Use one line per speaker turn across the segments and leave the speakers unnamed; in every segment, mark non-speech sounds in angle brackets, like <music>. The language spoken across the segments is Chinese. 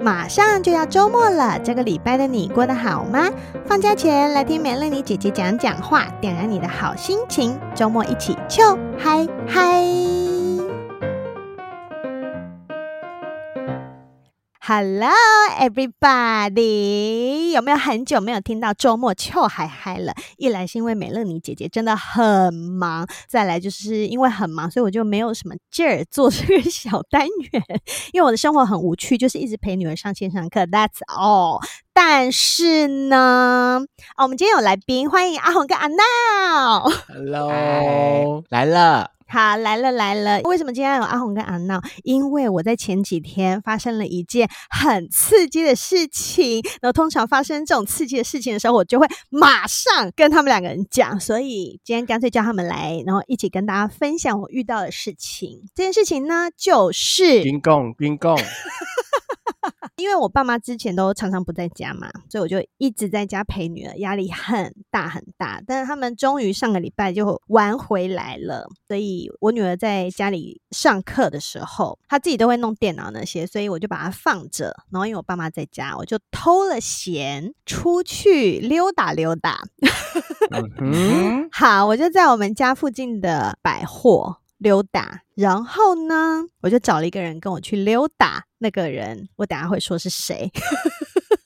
马上就要周末了，这个礼拜的你过得好吗？放假前来听美乐妮姐姐讲讲话，点燃你的好心情，周末一起就嗨嗨！Hello everybody，有没有很久没有听到周末就嗨嗨了？一来是因为美乐妮姐姐真的很忙，再来就是因为很忙，所以我就没有什么劲儿做这个小单元。因为我的生活很无趣，就是一直陪女儿上线上课，That's all。但是呢，哦，我们今天有来宾，欢迎阿红跟阿闹。 <laughs>
Hello，来了，
好，来了来了。为什么今天有阿红跟阿闹？因为我在前几天发生了一件很刺激的事情。然后通常发生这种刺激的事情的时候，我就会马上跟他们两个人讲。所以今天干脆叫他们来，然后一起跟大家分享我遇到的事情。这件事情呢，就是
冰贡
<laughs>
冰贡，
因为我爸妈之前都常常不在家嘛，所以我就一直在家陪女儿，压力很大很大。但是他们终于上个礼拜就玩回来了，所以我女儿在家里上课的时候，她自己都会弄电脑那些，所以我就把它放着。然后因为我爸妈在家，我就偷了闲出去溜达溜达。
嗯，
好，我就在我们家附近的百货溜达，然后呢，我就找了一个人跟我去溜达。那个人，我等下会说是谁。 <laughs>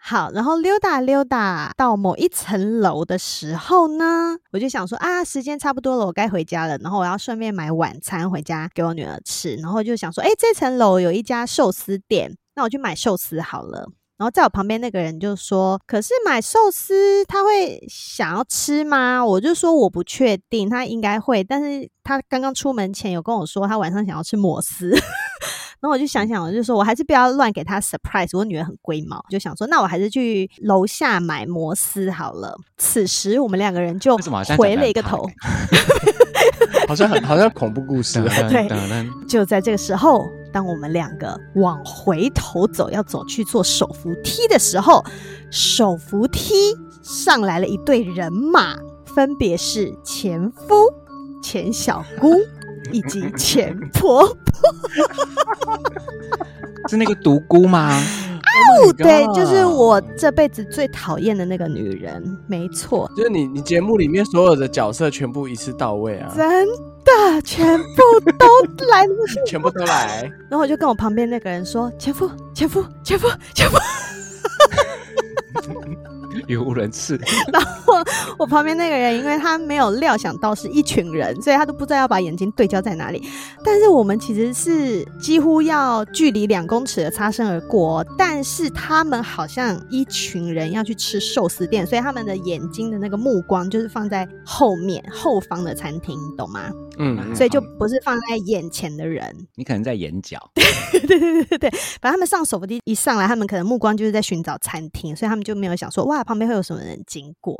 好，然后溜达溜达到某一层楼的时候呢，我就想说啊，时间差不多了，我该回家了。然后我要顺便买晚餐回家给我女儿吃。然后就想说，哎，这层楼有一家寿司店，那我去买寿司好了。然后在我旁边那个人就说：“可是买寿司他会想要吃吗？”我就说我不确定，他应该会，但是他刚刚出门前有跟我说他晚上想要吃摩斯。 <laughs> 然后我就想想，我就说我还是不要乱给他 surprise，我女儿很龟毛，就想说那我还是去楼下买摩斯好了。此时我们两个人就
为什么好像
回了一个头。
好像很好像恐怖故事
噔
啊，
<laughs>
噔噔噔，
就在这个时候，当我们两个往回头走，要走去做手扶梯的时候，手扶梯上来了一队人马，分别是前夫、 <laughs> 前小姑以
<laughs>
及前婆婆。
是那个独孤吗？ <laughs>
Oh my
对，
God
就是我这辈子最讨厌的那个女人，没错，
就是你你节目里面所有的角色全部一次到位啊，
真的全部都来了。 <laughs>
全部都来，
然后我就跟我旁边那个人说：“前夫，前夫，前夫，前夫。”
语无伦次，
我旁边那个人，因为他没有料想到是一群人，所以他都不知道要把眼睛对焦在哪里。但是我们其实是几乎要距离两公尺的擦身而过哦、但是他们好像一群人要去吃寿司店，所以他们的眼睛的那个目光就是放在后面后方的餐厅，你懂吗？
嗯，
所以就不是放在眼前的人。 <laughs>
你可能在眼角，
对对对对，反正他们上手扶梯一上来，他们可能目光就是在寻找餐厅，所以他们就没有想说哇旁边会有什么人经过。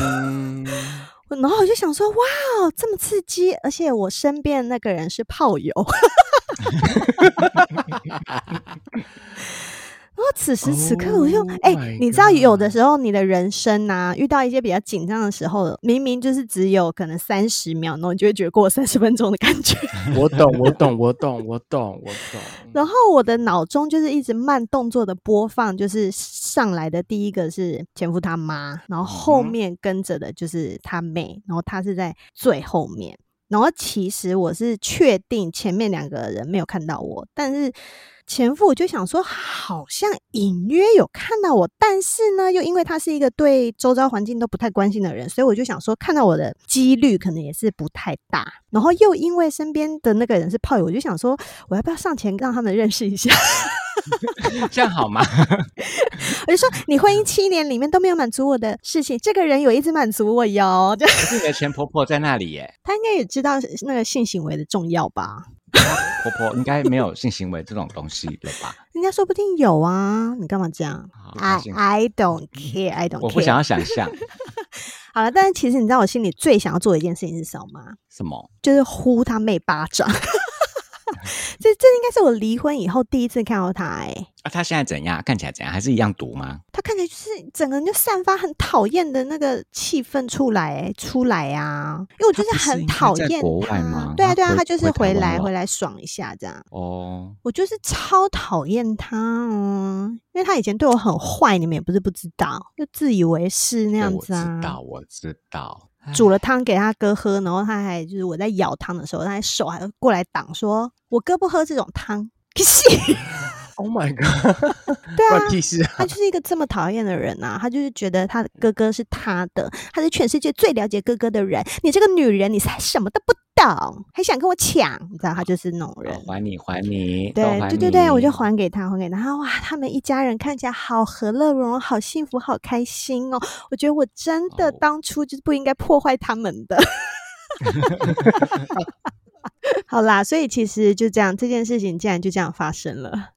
嗯
然后我就想说，哇，哦，这么刺激！而且我身边那个人是炮友。 <laughs> 然后此时此刻，我就
Oh
哎、
my
你知道，有的
God
时候你的人生呐、遇到一些比较紧张的时候，明明就是只有可能三十秒，然后你就会觉得过了三十分钟的感觉。 <laughs>
我懂我懂我懂我懂我懂，
然后我的脑中就是一直慢动作的播放，就是上来的第一个是前夫他妈，然后后
嗯哼
面跟着的就是他妹，然后他是在最后面。然后其实我是确定前面两个人没有看到我，但是前夫我就想说，好像隐约有看到我，但是呢，又因为他是一个对周遭环境都不太关心的人，所以我就想说，看到我的几率可能也是不太大。然后又因为身边的那个人是炮友，我就想说，我要不要上前让他们认识一下？ <laughs>
这样好吗？
我就说，你婚姻七年里面都没有满足我的事情，这个人有一直满足我哟。就
可是你的前婆婆在那里耶，
<laughs> 他应该也知道那个性行为的重要吧？
婆婆应该没有性行为这种东西了吧？
人家说不定有啊，你干嘛这样
好
？I
性
I don't care, I don't care。
嗯我不想要想象
好了，但是其实你知道我心里最想要做的一件事情是什么吗？
什么，
就是呼他妹巴掌。 <laughs> 这这应该是我离婚以后第一次看到他、哎，
啊，他现在怎样？看起来怎样？还是一样毒吗？
他看起来就是整个人就散发很讨厌的那个气氛出来、哎出来啊！因为我就是
他不是
很
应该
讨
在
厌
国外
他
吗，
对啊
他
对啊，
回
他就是
回
回
台湾
来
了
回来爽一下这样。
哦，
我就是超讨厌他、啊，因为他以前对我很坏，你们也不是不知道，就自以为是那
对
样
我
子啊
知。道，我知道。
煮了汤给他哥喝，然后他还就是我在舀汤的时候，他还手还会过来挡，说我哥不喝这种汤。可是，
Oh my god！
对啊
关，屁事啊！
他就是一个这么讨厌的人啊！他就是觉得他的哥哥是他的，他是全世界最了解哥哥的人。你这个女人，你才什么都不懂，还想跟我抢，你知道，他就是那种
哎
人
好。还你，还你，都
对
还
对对对，我
你
就还给他，还给他。然后哇，他们一家人看起来好和乐融融，好幸福，好开心哦！我觉得我真的
哦
当初就是不应该破坏他们
<laughs>
的。 <laughs> 好啦，所以其实就这样，这件事情竟然就这样发生了。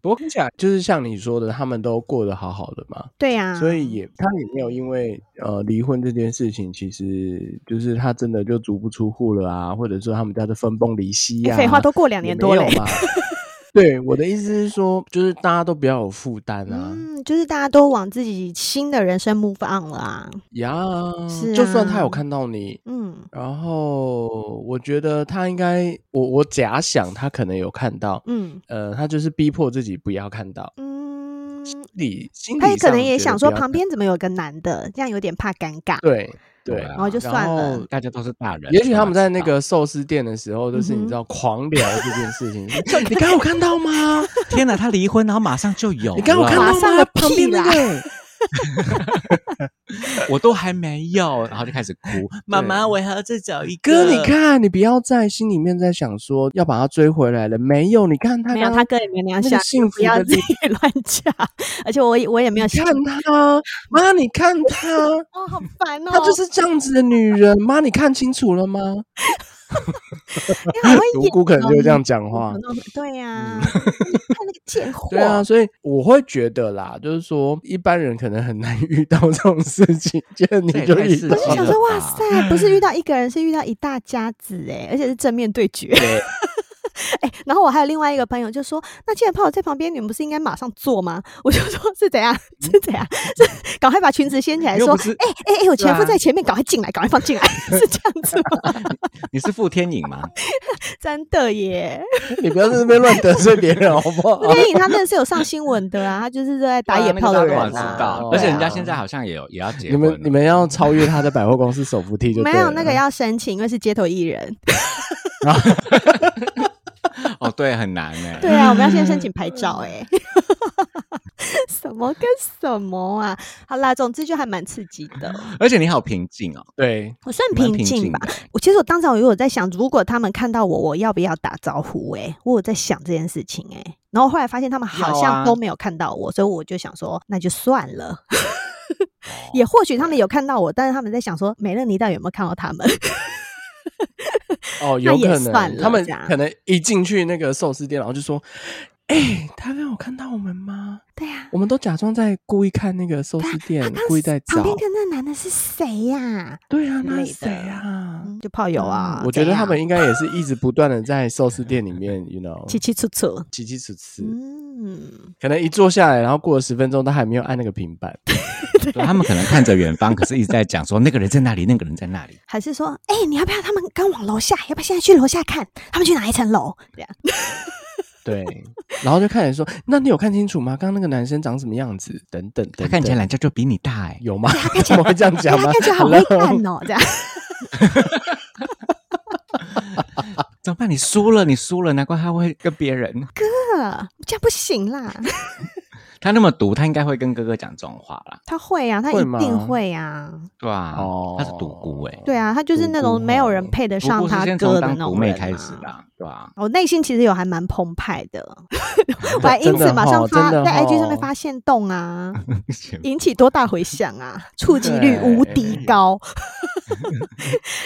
不过看起来就是像你说的，他们都过得好好的嘛，
对呀、
所以也他也没有因为呃离婚这件事情，其实就是他真的就足不出户了啊，或者说他们家就分崩离析
哎
呀、啊。
废话都过两
也
年
没
多
有
了。 <laughs>
嘛。对，我的意思是说，就是大家都不要有负担啊。
嗯，就是大家都往自己新的人生 move on 了啊。
呀、
是
就算他
啊
有看到你，
嗯
然后我觉得他应该，我我假想他可能有看到，
嗯
呃，他就是逼迫自己不要看到，
嗯，
理心理
他也可
上
能也
觉得
想
不
说
要
旁边怎么有个男的，这样有点怕尴尬。
对对，
对啊
然后就算了
后
大家都是大人，
也许
干
他
嘛
们在
知
那
道
个寿司店的时候，就
嗯
是你
哼
知道狂聊这件事情，说你刚有看到吗？
<laughs> 天哪，他离婚，然后马上就有了，
你刚有看
马
到
上
吗
个？
旁
屁
边那
啦
个，
我都还没有，然后就开始哭，妈妈，我还要再找一个。
哥，你，看，你不要在心里面在想说要把他追回来了，没有？你看他
没有，
刚
他哥也没那样
那
想
个， <laughs> 幸
不
福
要
的
自
地
己 <laughs> 乱讲。而且我也我也没有
你
想，
看他，妈，你
<laughs>
看他，
哦，好烦哦，
她就是这样子的女人，妈，你看清楚了吗？
你好会
独
演
孤可能
哦
就会
你
这样讲话嗯
怎么。那么对呀、 <laughs> 看那个贱货，
<laughs> 对啊，所以我会觉得啦，就是说一般人可能很难 <laughs> 遇到这种事情，就你
这也
就
太
遇
刺
到
我就想
了。
说，哇
了吧
塞，不是遇到一个人，是遇到一大家子哎，而且是正面对决。
对
<laughs> 哎、然后我还有另外一个朋友就说：“那既然朋友在旁边，你们不是应该马上做吗？” <laughs> 我就说：“是怎样？是怎样？是赶快把裙子掀起来，
又
说
不是：‘
哎哎哎，我前夫
对啊
在前面，赶快进来，赶快放
<laughs>
进来。’是这样子吗？
你是傅天颖吗？
真的耶！
你不要在这边乱得罪别人，好不好？
电影他那个是有上新闻的啊，他就是热爱打野炮的人
我
管
知
啊。
道，
对
而
啊
且人家现在好像也有也要结
你
婚了
们你们要超越他的百货公司手扶梯就对嗯
没有那
了
个要申请，因为是街头艺人。
哦，对，很难哎。
对啊，我们要先申请牌照哎、 <laughs> 什么跟什么啊？好啦，总之就还蛮刺激的。
而且你好平静哦，
对，
我算
蛮
平静
静
吧
的，。
我其实我当场我有在想，如果他们看到我，我要不要打招呼、欸？我有在想这件事情、欸，然后后来发现他们好
要
像
啊
都没有看到我，所以我就想说，那就算了。 <laughs> 也或许他们有看到我，但是他们在想说，美乐妮到底有没有看到他们？
哦，
那
有
也
可
算
能
了
他们
这样
可能一进去那个寿司店，然后就说：“哎、他刚有看到我们吗？
对呀、
我们都假装在故意看那个寿司
他
店，
刚
故意在找
旁。边跟那男的是谁呀、
对啊，
之
那
类
是谁
的
啊？
嗯就炮友啊
嗯。我觉
怎
得他
样
们应该也是一直不断的在寿司店里面，you know，
七七楚楚。
起起吃吃，
嗯，
可能一坐下来，然后过了十分钟，他还没有按那个
<laughs>
平板。
对他们可能看着远方，可是一直在讲说那个人在那里，那个人在那里。
还是说，哎、你要不要？他们刚往楼下，要不要现在去楼下看？他们去哪一层楼？这样。
对，然后就开始说：“那你有看清楚吗？刚刚那个男生长什么样子？等等等
他
等，
看起来懒觉就比你大哎。
有吗？怎么会这样
对
讲
他
吗？
看起来好
Hello？
会看哦，这
<laughs>
样。
怎么办？你输了，你输了，难怪他会跟别人。
呃这样不行啦，
他那么毒，他应该会跟哥哥讲这种话啦。
他会啊，他
会
一
吗
定会啊，
对啊，
哦
他是独孤哎。
对啊，他就是
独
那种
孤
没有人
哦
配得
独孤
上
是
他
先
哥
从
的
当
那
独
种
妹
人
开始
啊。
啦，
<laughs>
对啊。
我内心其实有还蛮澎湃
<laughs>
的，我还因
真
此
的
马上
哦
发
真的
在 IG 上面
哦
发现动
<laughs>
啊，引起多大回响啊，触及率无敌
嗯对
高。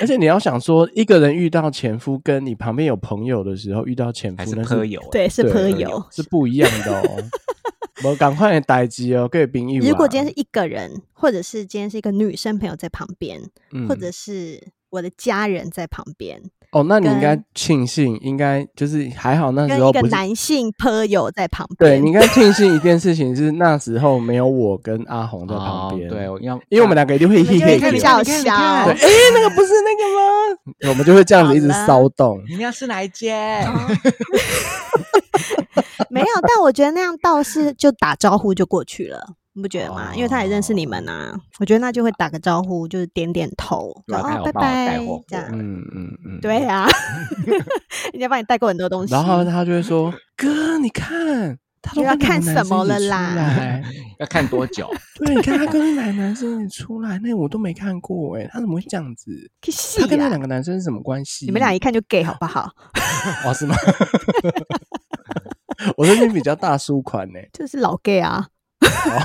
而且你要想说，一个人遇到前夫，跟你旁边有朋友的时候遇到前夫，
还是
那
朋友哎。
对，是
对
朋
对
友。
是不一样的
<laughs>
哦。我赶快待机哦，各位朋友啊。
如果今天是一个人，或者是今天是一个女生朋友在旁边，
嗯
或者是我的家人在旁边，
哦，那你应该
跟
庆幸，应该就是还好那
跟
时候
一个
不是。
男性朋友在旁边。
对你应该庆幸一件事情是那时候没有我跟阿红在旁边，
哦对，，我要
因为我们两个一定会嘿
你
嘿
就
嘿
会
嘿，
笑
你看你
笑
看
对，。哎，那个不是那个吗？ <laughs> 我们就会这样子一直骚动。
你要吃哪一间？
<laughs>
没有，但我觉得那样倒是就打招呼就过去了，你不觉得吗？因为他也认识你们啊，
哦
我觉得那就会打个招呼，就是点点头，
对
然
啊他
后哦拜
有帮我带
拜
货
这样。
嗯嗯嗯，
对
<laughs>
呀、 <laughs> 人家帮你带过很多东西。
然后他就会说：“哥，你看，他都
又要
跟
看
你们
什么
男生
了
一起
啦
出来
<laughs>
<laughs>
要看
<laughs>
多久？
对，你看他跟那男男生一起出来，那我都没看过哎、他怎么会这样子？
去
他
戏
跟那
啊
两！个嗯男生是什么关系？
你们俩一看就 gay 好不好？
哦是吗？ <laughs> 我最近比较大叔款欸呢、
<laughs> 就是老 gay 啊！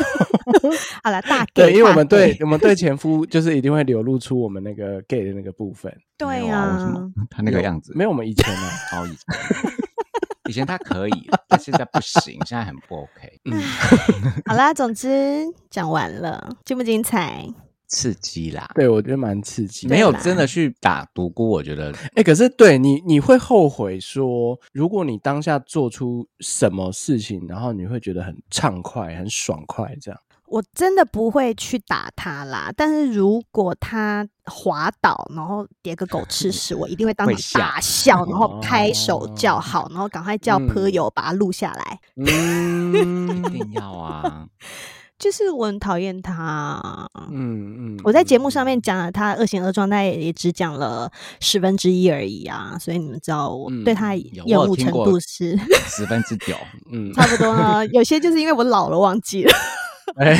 <laughs> 好了，大 gay，
哦对，因为我们
大 gay
对我们对前夫就是一定会流露出我们那个 gay 的那个部分，
对
没有
呀、
啊为什
<laughs>
么他那个样子，
没有我们以前啊呢、
哦，以前 <laughs> 以前他可以，但现在不行，现在很不 OK，
<laughs> 嗯，
好啦，总之讲完了，精不精彩？
刺激啦。
对我觉得蛮刺激的。
没有
对啦
真的去打独孤，我觉得
哎、可是对你，你会后悔说，如果你当下做出什么事情，然后你会觉得很畅快、很爽快，这样
我真的不会去打他啦，但是如果他滑倒，然后跌个狗吃屎，我一定会当
会
场大笑，然后拍手叫
哦
好，然后赶快叫朋
嗯
友把它录下来。
<laughs> 嗯
一定要
<laughs>
啊，
就是我很讨厌他，
<laughs>
啊
嗯嗯，
我在节
嗯
目上面讲了他恶行恶状，但也只讲了十分之一而已啊，所以你们知道我对他
嗯
有
厌
我有
恶
听
程
过 <laughs>
度是
十分之
<laughs>
九，
嗯，
差不多啊。有些就是因为我老了忘记了。 <laughs>
哎，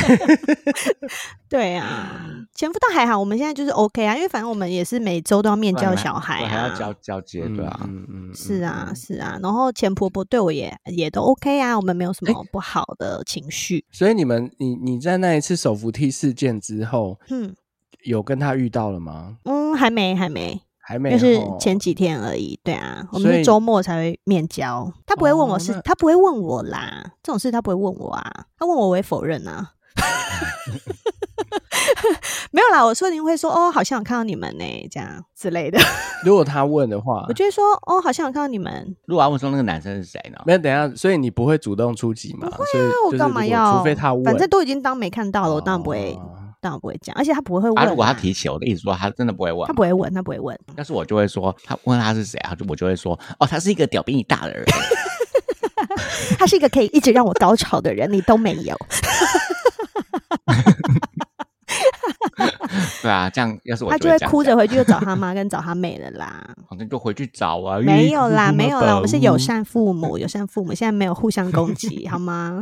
对啊，
嗯
前夫倒还好，我们现在就是 OK 啊，因为反正我们也是每周都要面
不然
教
还
小孩
对还
啊
要，交交接，对啊，
嗯嗯，
是啊，
嗯。
是啊，然后前婆婆对我也也都 OK 啊，我们没有什么不好的情绪。
所以你们，你你在那一次手扶梯事件之后，
嗯
有跟他遇到了吗？
嗯，还没还没，
还没
就
有，
是前几天而已。对啊，我们
哦所
是
以
周末才会面交，他不会问我
哦
是，
那
他不会问我啦，这种事他不会问我啊，他问我我会否认
<laughs>
啊。没有啦，我说您会说哦，好像有看到你们呢、这样之类的。
<laughs> 如果他问的话
我，就会说哦，好像有看到你们，
如果要问说那个男生是谁呢？
没有，等一下，所以你不会主动出击嘛？不会啊
那我干嘛要？
除非他问，
反正都已经当没看到了，我当然不会，
哦
当然不会讲，而且他不会问、
啊，如果他，提起，我的意思说他真的不会问
他，不会问，他不会问。
但是我就会说，他问他是谁，他就我就会说，哦，他是一个屌比你大的人， <laughs>
他是一个可以一直让我高潮的人，你都没有。
对啊，这样要 <laughs> 是我
他
就
就
会
会
这样
哭
讲
着，回去就找他妈跟找他妹了啦。
好像就回去找啊，
没有啦，没有啦，我们是友
善。
善父母，友善父母，现在没有互相攻
<laughs>
击，好吗？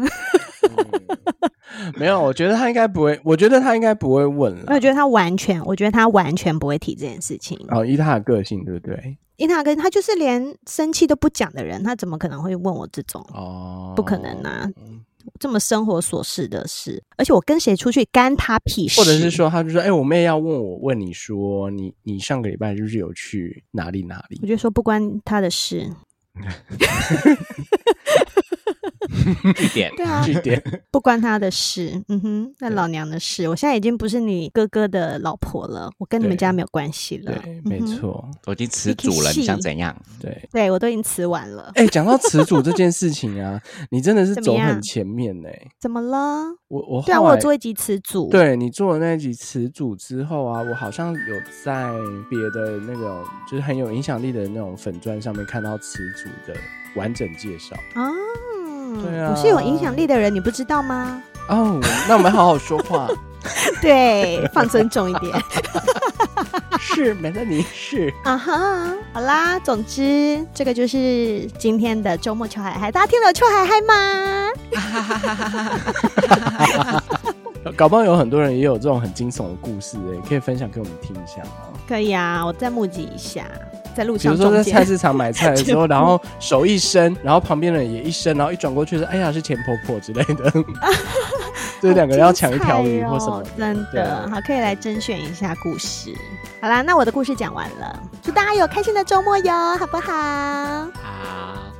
没有，我觉得他应该不会，我觉得他应该不会问
因为我
了。
觉得他完全，我觉得他完全不会提这件事情。
哦，依他的个性，对不对？
因为他跟他就是连生气都不讲的人，他怎么可能会问我这种
哦，
不可能啊这么生活琐事的事？而且我跟谁出去干他屁事？
或者是说，他就说：“哎、我妹要问我，问你说，你你上个礼拜是不是有去哪里哪
我
里
就说不关他的事。
一点，
对
<laughs>
啊，
据
<laughs>
点
不关他的事。嗯哼，那老娘的事。我现在已经不是你哥哥的老婆了，我跟你们
对
家没有关系？”了。
对，
嗯哼
没。错，
我已
<laughs>
经吃足了，
你可以
你想
细
怎样？
对。
对我都已经辞完了，
哎、讲到词组这件事情啊， <laughs> 你真的是
怎么
走
样
很前面呢、
怎么了？
我我
对啊，
后
我有
来
做一集词组。
对你做了那一集词组之后啊，我好像有在别的那种就是很有影响力的那种粉砖上面看到词组的完整介绍。
啊，
对啊
我是有影响力的人，你不知道吗？
哦，那我们好好说
<laughs>
话。
对，放尊重一
<laughs>
点
是，美乐你是。
啊哈。好啦，总之这个就是今天的周末秋海嗨，大家听了秋海嗨吗？
搞不好有很多人也有这种很惊悚的故事、欸，可以分享给我们听一下吗？
可以啊，我再募集一下，在路
比如
上
说
中
在菜
间。
市场买菜
<laughs>
的时候，然后手一伸，然后旁边的人也一伸，然后一转过去说：“哎呀，是钱婆婆之类
<laughs>
的。”就是两个人要抢一条鱼或什么
好精彩哦真
对
的
啊
好，可以来甄选一下故事。好啦，那我的故事讲完了，祝大家有开心的周末哟，好不好？
啊，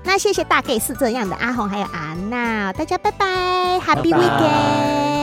那谢谢大 gay 是这样的阿红还有阿娜，大家拜拜，Happy
拜拜
Weekend。